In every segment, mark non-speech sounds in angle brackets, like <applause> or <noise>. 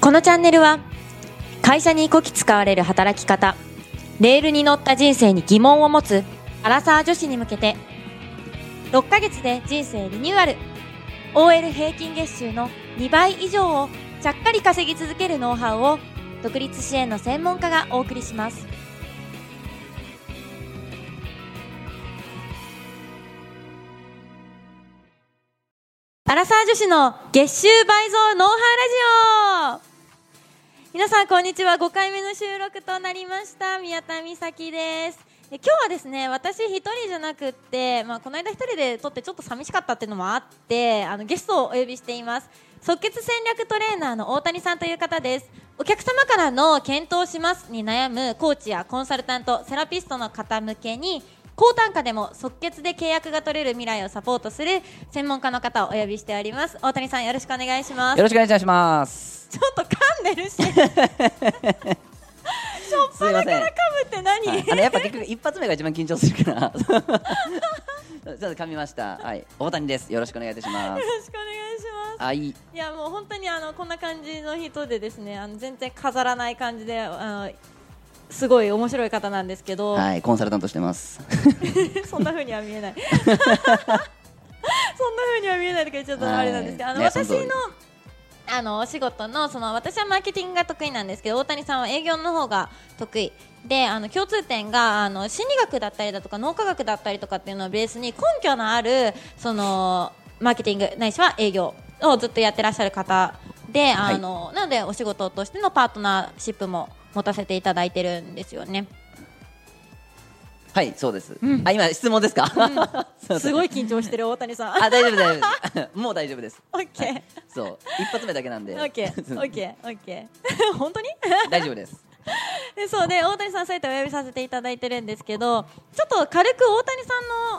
このチャンネルは会社にこき使われる働き方レールに乗った人生に疑問を持つアラサー女子に向けて6ヶ月で人生リニューアル OL 平均月収の2倍以上をちゃっかり稼ぎ続けるノウハウを独立支援の専門家がお送りしますアラサー女子の月収倍増ノウハウラジオ皆さんこんにちは5回目の収録となりました宮田美咲ですで今日はですね私一人じゃなくって、まあ、この間一人で撮ってちょっと寂しかったっていうのもあってあのゲストをお呼びしています即決戦略トレーナーの大谷さんという方ですお客様からの検討しますに悩むコーチやコンサルタントセラピストの方向けに高単価でも即決で契約が取れる未来をサポートする専門家の方をお呼びしております大谷さんよろしくお願いしますよろしくお願いします。ちょっと噛んでるし。しょっすぱいなまから噛むせんって何？はい、あのやっぱ結局一発目が一番緊張するから。 <laughs> ちょっと噛みました。はい、大谷です。よろしくお願いいたしまよす。ろしくお願いします。はい、いやもう本当にあのこんな感じの人でですね、あの全然飾らない感じで、あのすごい面白い方なんですけど、はい、コンサルタントしてます。 <laughs> そんな風には見えない。そんな風には見えないだけどちょっとあれなんですけど、はいあのねその私通りの。あのお仕事のその私はマーケティングが得意なんですけど大谷さんは営業の方が得意であの共通点があの心理学だったりだとか脳科学だったりとかっていうのをベースに根拠のあるそのマーケティングないしは営業をずっとやってらっしゃる方であの、なのでお仕事としてのパートナーシップも持たせていただいてるんですよね。はい、そうです。あ、今質問ですか。 <laughs> すごい緊張してる大谷さん。 <laughs> あ、大丈夫大丈夫。もう大丈夫です。オッケー。そう、一発目だけなんで。オッケー、 <laughs> オッケー、オッケー。 <laughs> 本当に大丈夫です。でそうで、大谷さん、そうやってお呼びさせていただいてるんですけど、ちょっと軽く大谷さ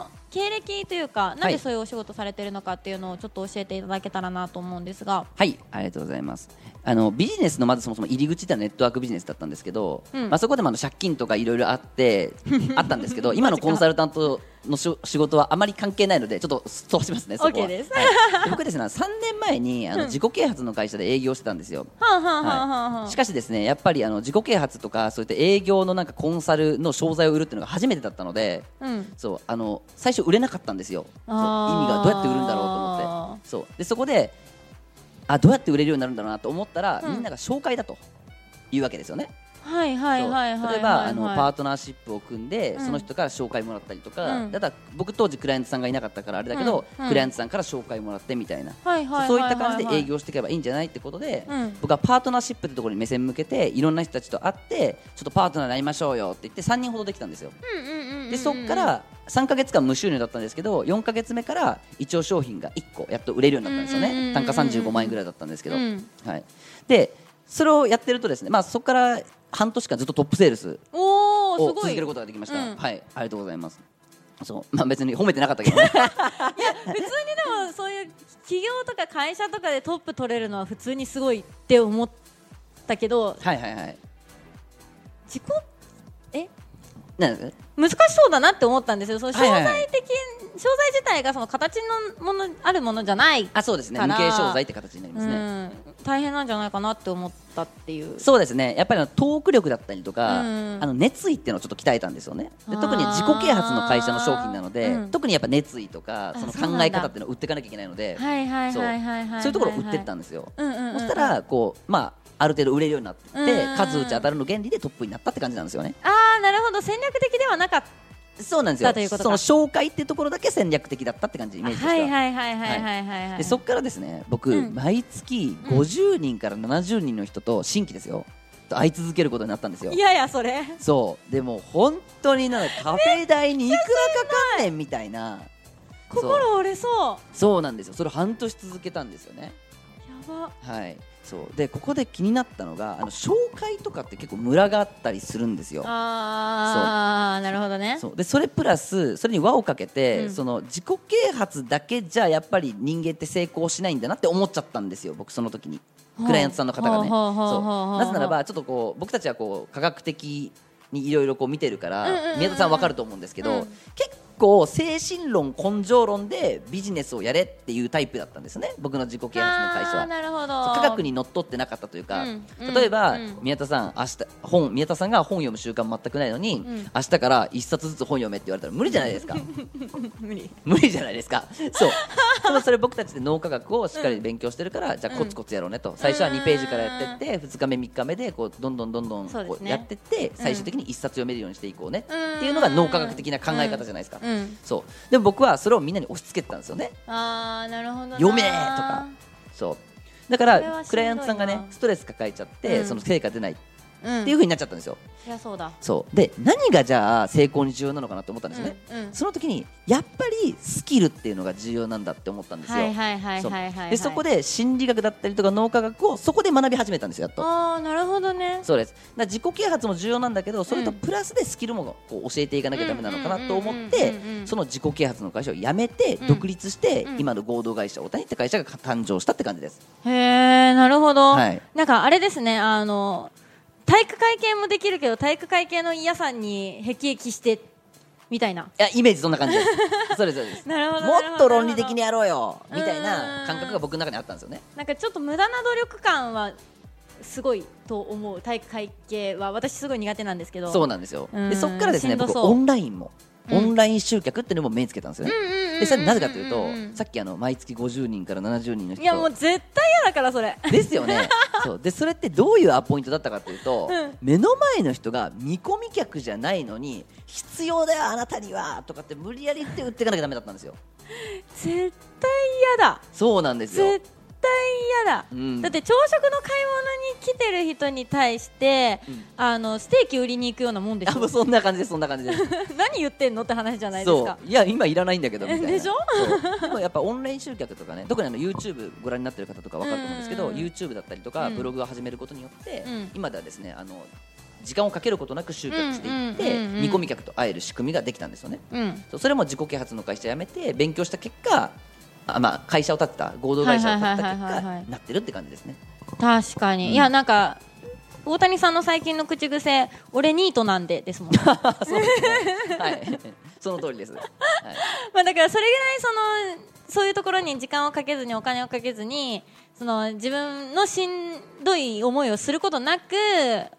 んの経歴というか、なんはでいそういうお仕事されてるのかっていうのをちょっと教えていただけたらなと思うんですが、はい、ありがとうございます。あのビジネスのまずそもそも入り口ってのはネットワークビジネスだったんですけど、うんまあそこでもあの借金とかいろいろ <laughs> あって、あったんですけど、今のコンサルタントのし仕事はあまり関係ないので、ちょっとす飛ばしますね。そこは OK ですはいで僕ですね、3年前にあの自己啓発の会社で営業してたんですよ。はあ、はあはあはあははい、あし、かしですねやっぱりあの自己啓発とかそういった営業のなんかコンサルの商材を売るっていうのが初めてだったので、うん、そうあの最初売れなかったんですよそう意あー味がどうやって売るんだろうと思ってそうでそこであどうやって売れるようになるんだろうなと思ったら、うんみんなが紹介だというわけですよね、はいはいはいはいそはい。う例えばあのパーートナーシップを組んで、うんその人から紹介もらったりとか、うんただ僕当時クライアントさんがいなかったからあれだけど、うんうんクライアントさんから紹介もらってみたいな、はいはいはいはいはいそういった感じで営業していけばいいんじゃないってことで、うん僕はパートナーシップってところに目線向けていろんな人たちと会ってちょっとパートナーになりましょうよって言って3人ほどできたんですよ。うんうんうんうんうんでそこか、ら3か月間無収入だったんですけど4か月目から一応商品が1個やっと売れるようになったんですようんうんうんうねん単価35万円ぐらいだったんですけど、うんはい、でそれをやってるとですね、まあ、そこから半年間ずっとトップセールスおー、をすご続い。けることができました、うんはいありがとうございますそう、まあ、別に褒めてなかったけ <laughs> どね普通にでもそういう企業とか会社とかでトップ取れるのは普通にすごいって思ったけどはいはいはい自己えなんです難しそうだなって思ったんですよその商材的、はいはいはい商材自体がその形のものあるものじゃない、あそうですねか無ら形商材って形になりまうすね、ん、大変なんじゃないかなって思ったっていうそうですねやっぱりあのトーク力だったりとか、うんあの熱意っていうのをちょっと鍛えたんですよねであー特に自己啓発の会社の商品なので、うん特にやっぱ熱意とあかそのそうなん考だえ方っていうのを売っていかなきゃいけないのではいはいはいはいはいそういうところを売ってったんですよ、うんうんうんうんそしたらこう、まあ、ある程度売れるようになってって、うんうんうん数打ち当たるの原理でトップになったって感じなんですよねああなるほど戦略的ではなかったそうなんですだというよことそかの紹介ってところだけ戦略的だったって感じイメージでした、はいはいはいはいはいはいはいでそこからですね僕、うん毎月50人から70人の人と新規ですよと会い続けることになったんですよいやいやそれそうでも本当になんかカフェ代にいくらかかんねんみたいな心折れそうそうなんですよそれ半年続けたんですよねやばはいそうでここで気になったのがあの紹介とかって結構ムラがあったりするんですよああなるほどねそうでそれプラスそれに輪をかけて、うんその自己啓発だけじゃやっぱり人間って成功しないんだなって思っちゃったんですよ僕その時にほうクライアントさんの方がねほうほうほうほうそうなぜならばちょっとこう僕たちはこう科学的にいろいろこう見てるかうんうんうんうらん宮田さんわかると思思うんですけど、うん結構精神論根性論でビジネスをやれっていうタイプだったんですね僕の自己啓発の会社あーは。なるほどそう科学にのっとってなかったというか、うんうん例えば、うん宮田さん明日本宮田さんが本読む習慣全くないのに、ん明日から一冊ずつ本読めって言われたら無理じゃないですか無理 <laughs> 無理じゃないですかそうでもそれ僕たちで脳科学をしっかり勉強してるから、じゃあコツコツやろうねと最初は2ページからやってって2日目3日目でこうどんどんどんどんそうでこすうねやってって、最終的に一冊読めるようにしていこうねってうんいうのが脳科学的な考え方じゃないですか、うんうんそうでも僕はそれをみんなに押し付けてたんですよねあーなるほどな読めとかそうだかそれはしんどらいなクライアントさんがねストレス抱えちゃって、うんその成果出ないってうんいうふうになっちゃったんですよ、そりゃそうだそうで何がじゃあ成功に重要なのかなと思ったんですよね、うんうんその時にやっぱりスキルっていうのが重要なんだって思ったんですよ、はいはいはいそうはいはいはいでそこで心理学だったりとか脳科学をそこで学び始めたんですよやっとああなるほどねそうですだから自己啓発も重要なんだけどそれとうんプラスでスキルもこう教えていかなきゃだめなのかなと思っうてんうんうんうんうんその自己啓発の会社を辞めてうん独立してうん今の合同会社大谷って会社が誕生したって感じですへえなるほど、はいなんかあれですねあの体育会系もできるけど体育会系の屋さんにへきへきしてみたいないやイメージそんな感じですそうですそうですなるほどもなるほどっと論理的にやろうよみたいなうん感覚が僕の中にあったんですよねなんかちょっと無駄な努力感はすごいと思う体育会系は私すごい苦手なんですけどそうなんですようんでそこからですねしんど僕そうオンラインもうんオンライン集客っていうのも目につけたんですよねうんうんうんうんうんでそれなぜかというとうんさっきあの毎月50人から70人の人いやもう絶対嫌だからそれです <laughs> よねそうでそれってどういうアポイントだったかというと、うん目の前の人が見込み客じゃないのに必要だよあなたにはとかって無理やりって売っていかなきゃダメだったんですよ絶対嫌だそうなんですよ絶対嫌だ、うんだって朝食の買い物に来てる人に対して、んあのステーキ売りに行くようなもんでしあもうょそんな感じですそんな感じです <laughs> 何言ってんのって話じゃないですそかういや今いらないんだけどみたい <laughs> なでしょそうでもやっぱオンライン集客とかね特にあの YouTube ご覧になってる方とかわかると思うんですけど、うん YouTube だったりとか、うんブログを始めることによって、うん今ではですねあの時間をかけることなく集客していって、うんうんうんうん見込み客と会える仕組みができたんですよねうんそうそれも自己啓発の会社辞めて勉強した結果あ、まあ、会社を建てた合同会社を建てた結はいはいはいはいは果いなってるって感じですね <laughs> 確かに、うんいやなんか大谷さんの最近の口癖俺ニートなんでですもんねあそうですねはいその通 <laughs> りです、はい、まあだからそれぐらいそのそういうところに時間をかけずにお金をかけずにその自分のしんどい思いをすることなく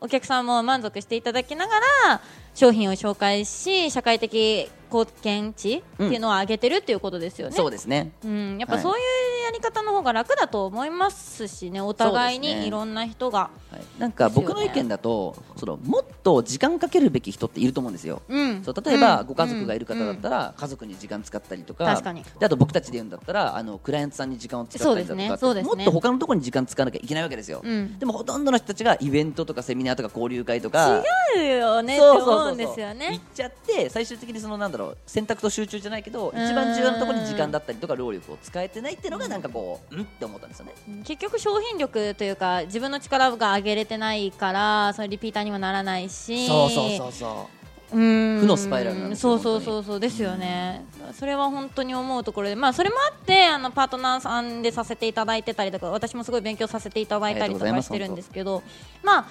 お客さんも満足していただきながら商品を紹介し社会的貢献値っていうのを上げてるっていうことですよね。そうですねうん、やっぱはいそういうやり方の方が楽だと思いますしねお互いそうですにねいろんな人がはい、なんか僕の意見だと、そのもっと時間かけるべき人っていると思うんですよ、うんそう例えば、うんご家族がいる方だったら、家族に時間使ったりとか確かにであと僕たちで言うんだったらあのクライアントさんに時間を使ったりそだとかってうですねそうですねもっと他のところに時間使わなきゃいけないわけですよ、うんでもほとんどの人たちがイベントとかセミナーとか交流会とかあるよねってそうそうそう思そううんですよね行っちゃって最終的にそのなんだろう選択と集中じゃないけどうん一番重要なところに時間だったりとか労力を使えてないっていうのがなんかこううんって思ったんですよね。結局商品力というか自分の力が上げれてないからそのリピーターにもならないしそうそうそうそうーん負のスパイラルなんですよそうそうそうそうですよねそれは本当に思うところでまあそれもあってあのパートナーさんでさせていただいてたりとか私もすごい勉強させていただいたりとありがとうございかますしてるんですけどまあ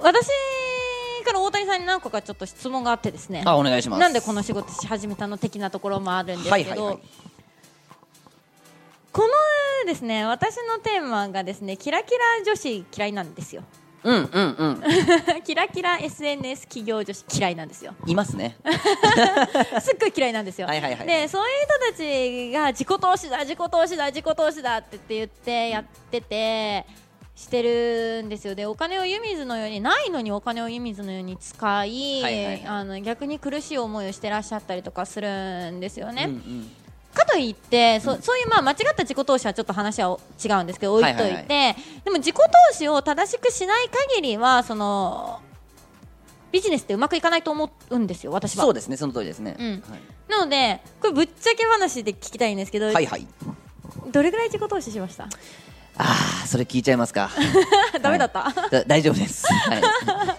私から大谷さんに何個かちょっと質問があってですねう。あお願いします。なんでこの仕事し始めたの的なところもあるんですけど、はいはいはい。このですね私のテーマがですねキラキラ女子嫌いなんですよ <laughs> うんうんうん。キラキラ SNS 企業女子嫌いなんです <laughs> よいますね。すっごい嫌いなんですよはいはいはいでそういう人たちが自己投資だ自己投資だ自己投資だって言ってやっててしてるんですよでお金を湯水のようにないのにお金を湯水のように使い、はいはいはいあの逆に苦しい思いをしてらっしゃったりとかするんですよね、うんうん。かといって、そそういうまあ間違った自己投資はちょっと話は違うんですけど置いといて、はいはいでも自己投資を正しくしない限りはそのビジネスってうまくいかないと思うんですよ、私は。そうですねその通りですね。うんはいなので、これぶっちゃけ話で聞きたいんですけど、はいはい。どれぐらい自己投資しましたああそれ聞いちゃいま <laughs> すか。ダメだ <laughs> った、はいだ大丈夫です。はい。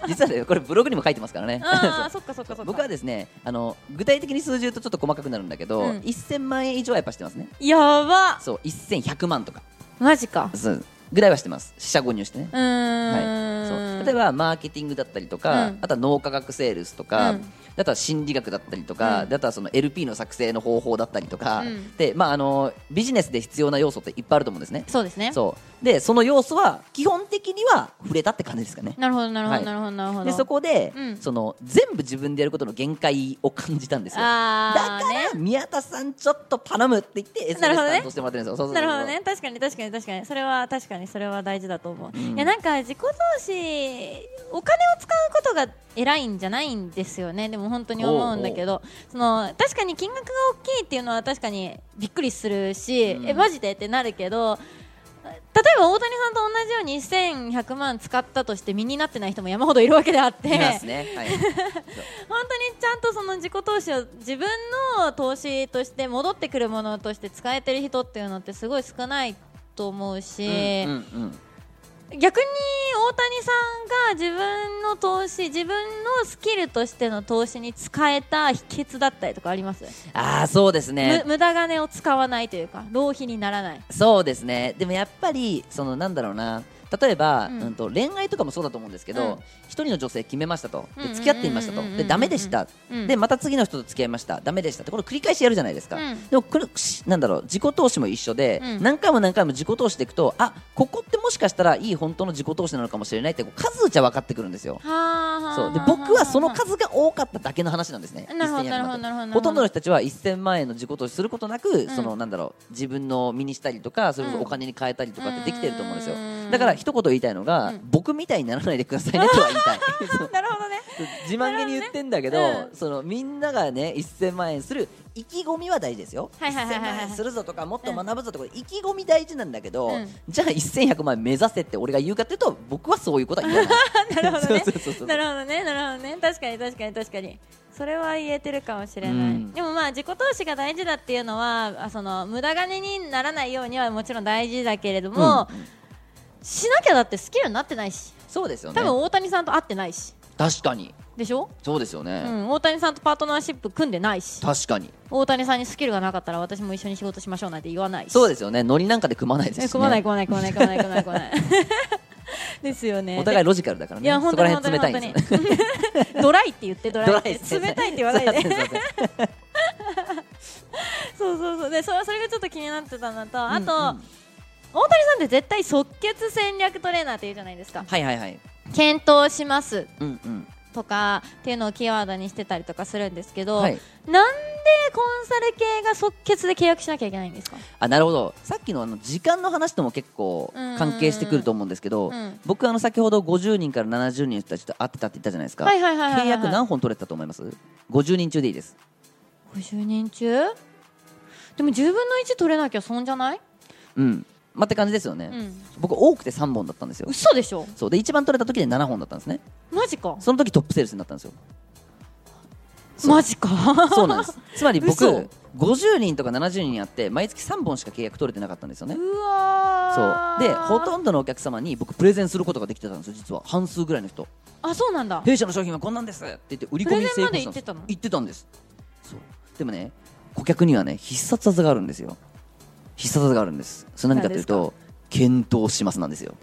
実はねこれブログにも書いてますからね。ああ、そっかそっかそっか。 <laughs> 僕はですねあの具体的に数字言うとちょっと細かくなるんだけど、うん1000万円以上はやっぱしてますねやばそう1100万とかマジか。そうぐらいはしてます四捨五入してねうーはい、んそう例えばマーケティングだったりとか、うんあとは脳科学セールスとか、うんあとは心理学だったりとか、うんであとはその LP の作成の方法だったりとか、うんでまあ、あのビジネスで必要な要素っていっぱいあると思うんですね。そうですねそうでその要素は基本的には触れたって感じですかね。なるほどなるほど、はいなるほどなるほどでそこで、うんその全部自分でやることの限界を感じたんですよ。だあかあねら宮田さんちょっと頼むって言ってなる SNS ほどね担当してもらってるんですよ。そうそうなそうるほどね確かに確かに確かにそれは確かにそれは大事だと思う、んいやなんか自己投資お金を使うことが偉いんじゃないんですよねでも本当に思うんだけどその確かに金額が大きいっていうのは確かにびっくりするし、うんえマジでってなるけど例えば大谷さんと同じように1100万使ったとして身になってない人も山ほどいるわけであっていますね。 <laughs> はい。本当にちゃんとその自己投資を自分の投資として戻ってくるものとして使えてる人っていうのってすごい少ないと思うし、うんうんうん逆に大谷さんが自分の投資自分のスキルとしての投資に使えた秘訣だったりとかあります、ああそうですねむ。無駄金を使わないというか浪費にならないそうですねでもやっぱりそのなんだろうな例えば、ううんんと恋愛とかもそうだと思うんですけうんど一、人の女性決めましたとうんうんうんうんで付き合ってみましたとでダメでした、うんでまた次の人と付き合いましたダメでしたってこれ繰り返しやるじゃないですか、うんでもこれしなんだろう自己投資も一緒で、うん何回も何回も自己投資でいくとあここってもしかしたらいい本当の自己投資なのかもしれないってこう数打ちは分かってくるんですよ。はあはあそうではあ僕はその数が多かっただけの話なんですね。なるほど1000なるほど円なるほどほとんどの人たちは1000万円の自己投資することなく、んそのなんだろう自分の身にしたりとかそれこそお金に変えたりとかってできてると思うんですようんだから一言言いたいのが、うん僕みたいにならないでくださいねとは <laughs> 言いたい <laughs> そ <laughs> うなるほどね自慢げに言ってんだけどなるほどねうそのみんながね1000万円する意気込みは大事ですよ、はいはいはいはい1000万円するぞとかもっと学ぶぞとか、意気込み大事なんだけど、うんじゃあ1100万円目指せって俺が言うかっていうと僕はそういうことは言わない <laughs> なるほどねそうそうそうそ <laughs> うなるほどね、なるほどね、確かに確かに確かに。それは言えてるかもしれない。うんでもまあ自己投資が大事だっていうのは、あその無駄金にならないようにはもちろん大事だけれども、うんうんしなきゃだってスキルになってないし、そうですよね多分大谷さんと会ってないし、確かにでしょ？そうですよね、うん、大谷さんとパートナーシップ組んでないし、確かに大谷さんにスキルがなかったら私も一緒に仕事しましょうなんて言わないし。そうですよねノリなんかで組まないですし、えね、組まない組まない組まない組まない組まない組まない。ですよね。お互いロジカルだからね。いやそ本こ当らに本当辺に冷たいん本で当すによ <laughs> ね。ドライって言ってドライ <laughs> ドっライてですね冷たいって言わないで <laughs> すいませんすいませんそうそうそうでそれそれがちょっと気になってたのと <laughs> あと、うんうん大谷さんって絶対即決戦略トレーナーって言うじゃないですかはいはいはい。検討しますうんうん。とかっていうのをキーワードにしてたりとかするんですけど、はい。なんでコンサル系が即決で契約しなきゃいけないんですかあなるほど。さっきのあの時間の話とも結構関係してくると思うんですけど、うん僕あの先ほど50人から70人の人たちと会ってたって言ったじゃないですか。はいはいはいはいはい契約何本取れてたと思います ?50 人中でいいです。 50人中でも10分の1取れなきゃ損じゃない、うん。まあ、って感じですよね。うん、僕多くて3本だったんですよ。嘘でしょそうで一番取れた時で7本だったんですね。マジかその時トップセールスになったんですよ。そうマジかそうなん <laughs> です。つまり僕嘘50人とか70人あって毎月3本しか契約取れてなかったんですよね。うわそーうでほとんどのお客様に僕プレゼンすることができてたんですよ実は半数ぐらいの人あそうなんだ弊社の商品はこんなんですって言って売り込みに成功したんですプレゼンまで行ってたの行ってたんですそうでもね顧客にはね必殺技があるんですよ必殺技があるんですそれ何かというと検討しますなんですよ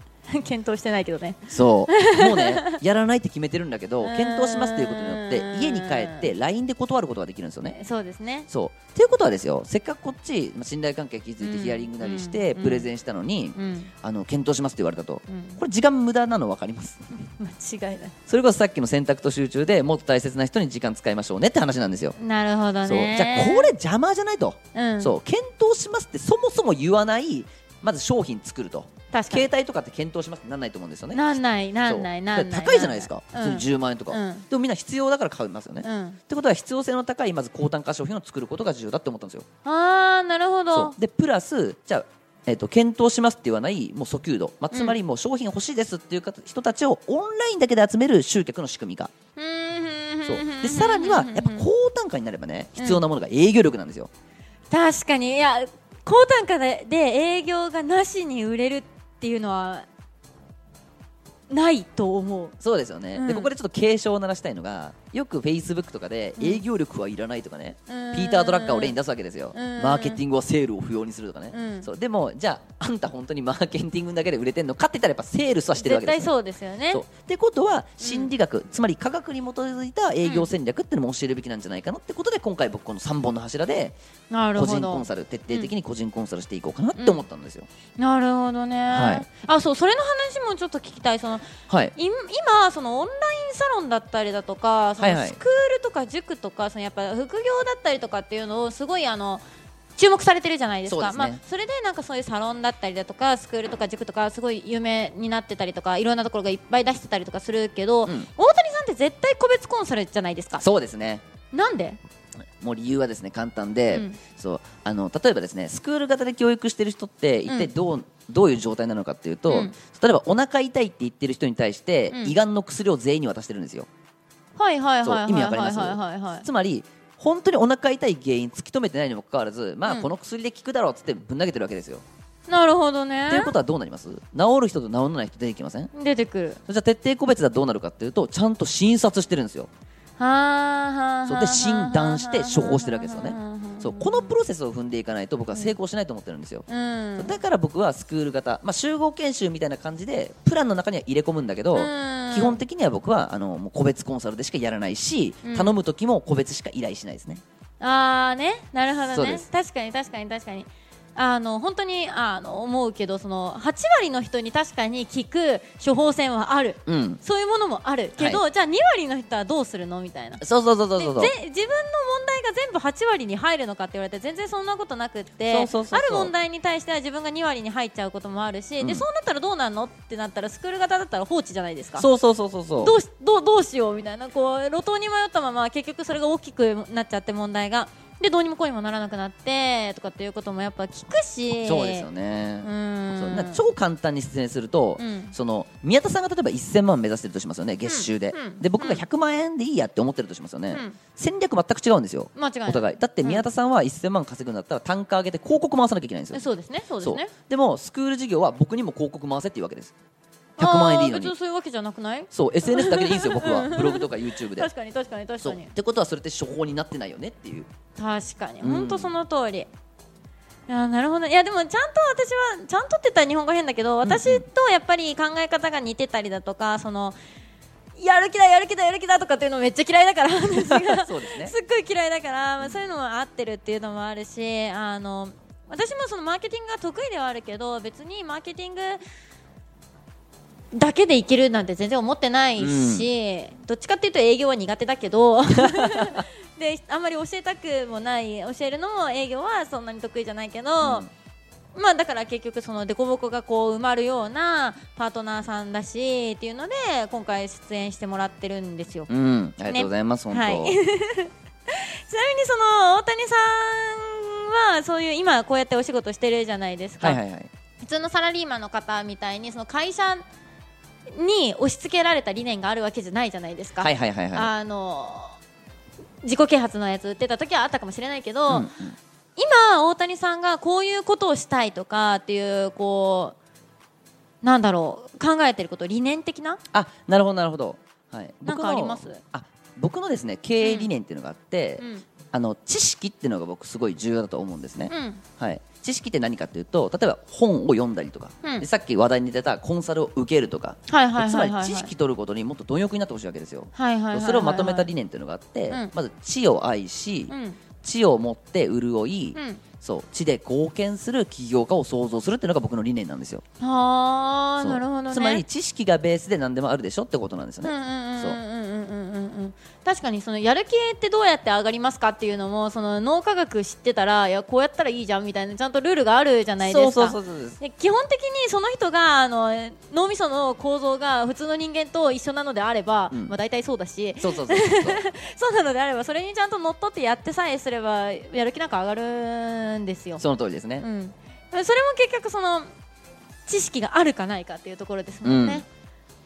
検討してないけどねそうもう <laughs> ねやらないって決めてるんだけどうーん検討しますということによって家に帰って LINE で断ることができるんですよねそうですねそうということはですよせっかくこっちまあ信頼関係築いてヒアリングなりしてうんプレゼンしたのに、うんあの検討しますって言われたと、うんこれ時間無駄なの分かります <laughs> 間違いないそれこそさっきの選択と集中でもっと大切な人に時間使いましょうねって話なんですよ、なるほどそうねじゃあこれ邪魔じゃないと、うんそう検討しますってそもそも言わないまず商品作ると確かに携帯とかって検討しますってなんないと思うんですよねなんないなんないそうなんだなかいら高いじゃないですか、うん普通に10万円とか、うんでもみんな必要だから買いますよね、うっんてことは必要性の高いまず高単価商品を作ることが重要だって思ったんですよああなるほそどうでプラスじゃあえっと検討しますって言わないもう訴求度、まあ、つまりもう商品欲しいですっていう方人たちをオンラインだけで集める集客の仕組みがうーんそうでさらにはやっぱ高単価になればね必要なものが営業力なんですよ、確かにいや高単価でで営業がなしに売れるっていうのはないと思うそうですよね、うんでここでちょっと警鐘を鳴らしたいのがよくフェイスブックとかで営業力はいらないとかね、うんピーター・ドラッカーを例に出すわけですよ、うんマーケティングはセールを不要にするとかね、うんそうでもじゃああんた本当にマーケティングだけで売れてんのかって言ったらやっぱセールスはしてるわ絶けです、対ね、そうですよねそうってことは心理学、つまり科学に基づいた営業戦略っていうのも教えるべきなんじゃないかなってことで今回僕この3本の柱でなる個ほ人コどンサル徹底的に個人コンサルしていこうかなって思ったんですよ、なるほどね、はいあそうそれの話もちょっと聞きたいそのはいい今そのオンラインサロンだったりだとかそはいはのいスクールとか塾とかそのやっぱ副業だったりとかっていうのをすごいあの注目されてるじゃないですかそうですねまあ、それでなんかそういうサロンだったりだとかスクールとか塾とかすごい有名になってたりとかいろんなところがいっぱい出してたりとかするけど、うん大谷さんって絶対個別コンサルじゃないですかそうですねなんで、もう理由はですね簡単で、うんそうあの例えばですねスクール型で教育してる人って一体うんどう、どういう状態なのかっていうと、うん例えばお腹痛いって言ってる人に対して、うん胃がんの薬を全員に渡してるんですよはいはいはいはそうい意は味いわかりますはいはいつまり本当にお腹痛い原因突き止めてないにもかかわらずまあ、うんこの薬で効くだろうっつってぶん投げてるわけですよなるほどねということはどうなります治る人と治らない人出てきません出てくるじゃあ徹底個別だとどうなるかっていうとちゃんと診察してるんですよはあはあそはれあで診断して処方してるわけですよねはあはあはあはあそうこのプロセスを踏んでいかないと僕は成功しないと思ってるんですようんだから僕はスクール型、まあ、集合研修みたいな感じでプランの中には入れ込むんだけど、うん基本的には僕はあのもう個別コンサルでしかやらないし、うん頼む時も個別しか依頼しないですね。ああねなるほそどうでねす確かに確かに確かにあの本当にあの思うけどその8割の人に確かに聞く処方箋はあるうん、そういうものもあるけど、じゃあ2割の人はどうするのみたいなそうそうそうそうそうでぜ自分の問題が全部8割に入るのかって言われて全然そんなことなくってそうそうそうそうある問題に対しては自分が2割に入っちゃうこともあるし、うんでそうなったらどうなんのってなったらスクール型だったら放置じゃないですかそうそうそうそうそうどうしどうどうしようみたいなこう路頭に迷ったまま結局それが大きくなっちゃって問題がでどうにもこうにもならなくなってとかっていうこともやっぱ聞くしそうですよねう。んそうな超簡単に説明すると、うんその宮田さんが例えば1000万目指してるとしますよね月収で、うんうんで僕が100万円でいいやって思ってるとしますよね、うん戦略全く違うんですよ間違いないお互いだってうん宮田さんは1000万稼ぐんだったら単価上げて広告回さなきゃいけないんですよそうですねそうですねそうでもスクール事業は僕にも広告回せっていうわけです100万円でいいのあー別ににそういうわけじゃなくないそう SNS だけでいいんですよ僕はブログとか YouTube で確かに確かに確そかうっにてことはそれって処方になってないよねっていう確かにうん本当その通り、いやなるほどいやでもちゃんと私はちゃんとって言ったら日本語変だけど私とやっぱり考え方が似てたりだとかそのやる気だやる気だやる気だとかっていうのめっちゃ嫌いだから私がそうですねすっごい嫌いだから、まあ、そういうのも合ってるっていうのもあるしあの私もそのマーケティングが得意ではあるけど別にマーケティングだけでいけるなんて全然思ってないし、どっちかっていうと営業は苦手だけど <laughs> であんまり教えたくもない教えるのも営業はそんなに得意じゃないけど、まあだから結局その凸凹がこう埋まるようなパートナーさんだしっていうので今回出演してもらってるんですよ。うん、うんありがとうございます、ね本当、はいちなみにその大谷さんはそういう今こうやってお仕事してるじゃないですか、はいは <laughs> いはい普通のサラリーマンの方みたいにその会社に押し付けられた理念があるわけじゃないじゃないですか、はいはいはいはあの自己啓発のやつ売ってた時はあったかもしれないけど、いうん今大谷さんがこういうことをしたいとかっていうこうなんだろう考えてること理念的なあなるほどなるほどはいなん僕かのありますあ僕のですね経営理念っていうのがあって、うんあの知識っていうのが僕すごい重要だと思うんですね、うんはい、知識って何かっていうと例えば本を読んだりとか、うんでさっき話題に出たコンサルを受けるとか、はいはいつはまいはいはいり知識取ることにもっと貪欲になってほしいわけですよ、はいはいはいはいはいそれをまとめた理念っていうのがあって、うんまず知を愛し、うん知を持って潤い、うんそう知で貢献する起業家を創造するっていうのが僕の理念なんですよはあそうなるほどねつまり知識がベースで何でもあるでしょってことなんですよね、うんうんうんうんうんうんうん確かにそのやる気ってどうやって上がりますかっていうのもその脳科学知ってたらいやこうやったらいいじゃんみたいなちゃんとルールがあるじゃないですそうかそうそうそうですで基本的にその人があの脳みその構造が普通の人間と一緒なのであれば、うんまあ、大体そうだしそうそうそうそうそうそうなのであればそれにちゃんと乗っ取ってやってさえすればやる気なんか上がるん <laughs> ですよ。その通りですね、うん、それも結局その知識があるかないかっていうところですもんね。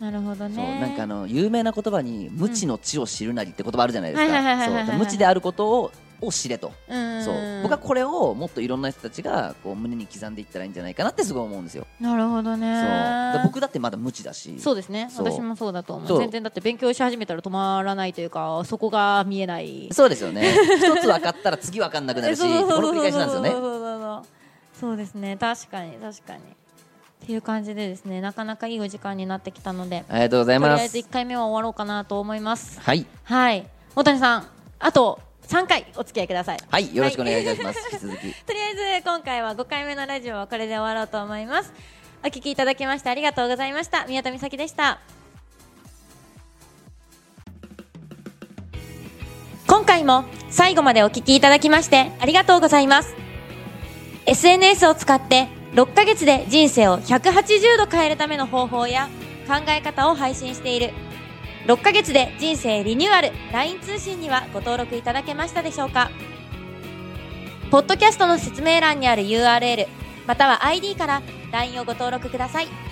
なるほどね。そうなんかあの有名な言葉に無知の知を知るなりって言葉あるじゃないですはいはいはいかはいはいはいそう無知であることをを知れと、うんそう僕はこれをもっといろんな人たちがこう胸に刻んでいったらいいんじゃないかなってすごい思うんですよ、なるほどねそうだ僕だってまだ無知だしそうですねそう私もそうだと思そうう全然だって勉強し始めたら止まらないというかそこが見えないそうですよね一つ分かったら次分かんなくなるしこの繰り返しなんですよねそうそうそうそうそうですね確かに確かにっていう感じでですねなかなかいいお時間になってきたのでありがとうございとりまあえずす1回目は終わろうかなと思いますはいはい大谷さんあと3回お付き合いくださいはいよろしくお願いいたします、引き続きとりあえず今回は5回目のラジオはこれで終わろうと思いますお聞きいただきましてありがとうございました宮田美咲でした今回も最後までお聞きいただきましてありがとうございます SNS を使って6ヶ月で人生を180度変えるための方法や考え方を配信している6ヶ月で人生リニューアル LINE 通信にはご登録いただけましたでしょうかポッドキャストの説明欄にある URL または ID から LINE をご登録ください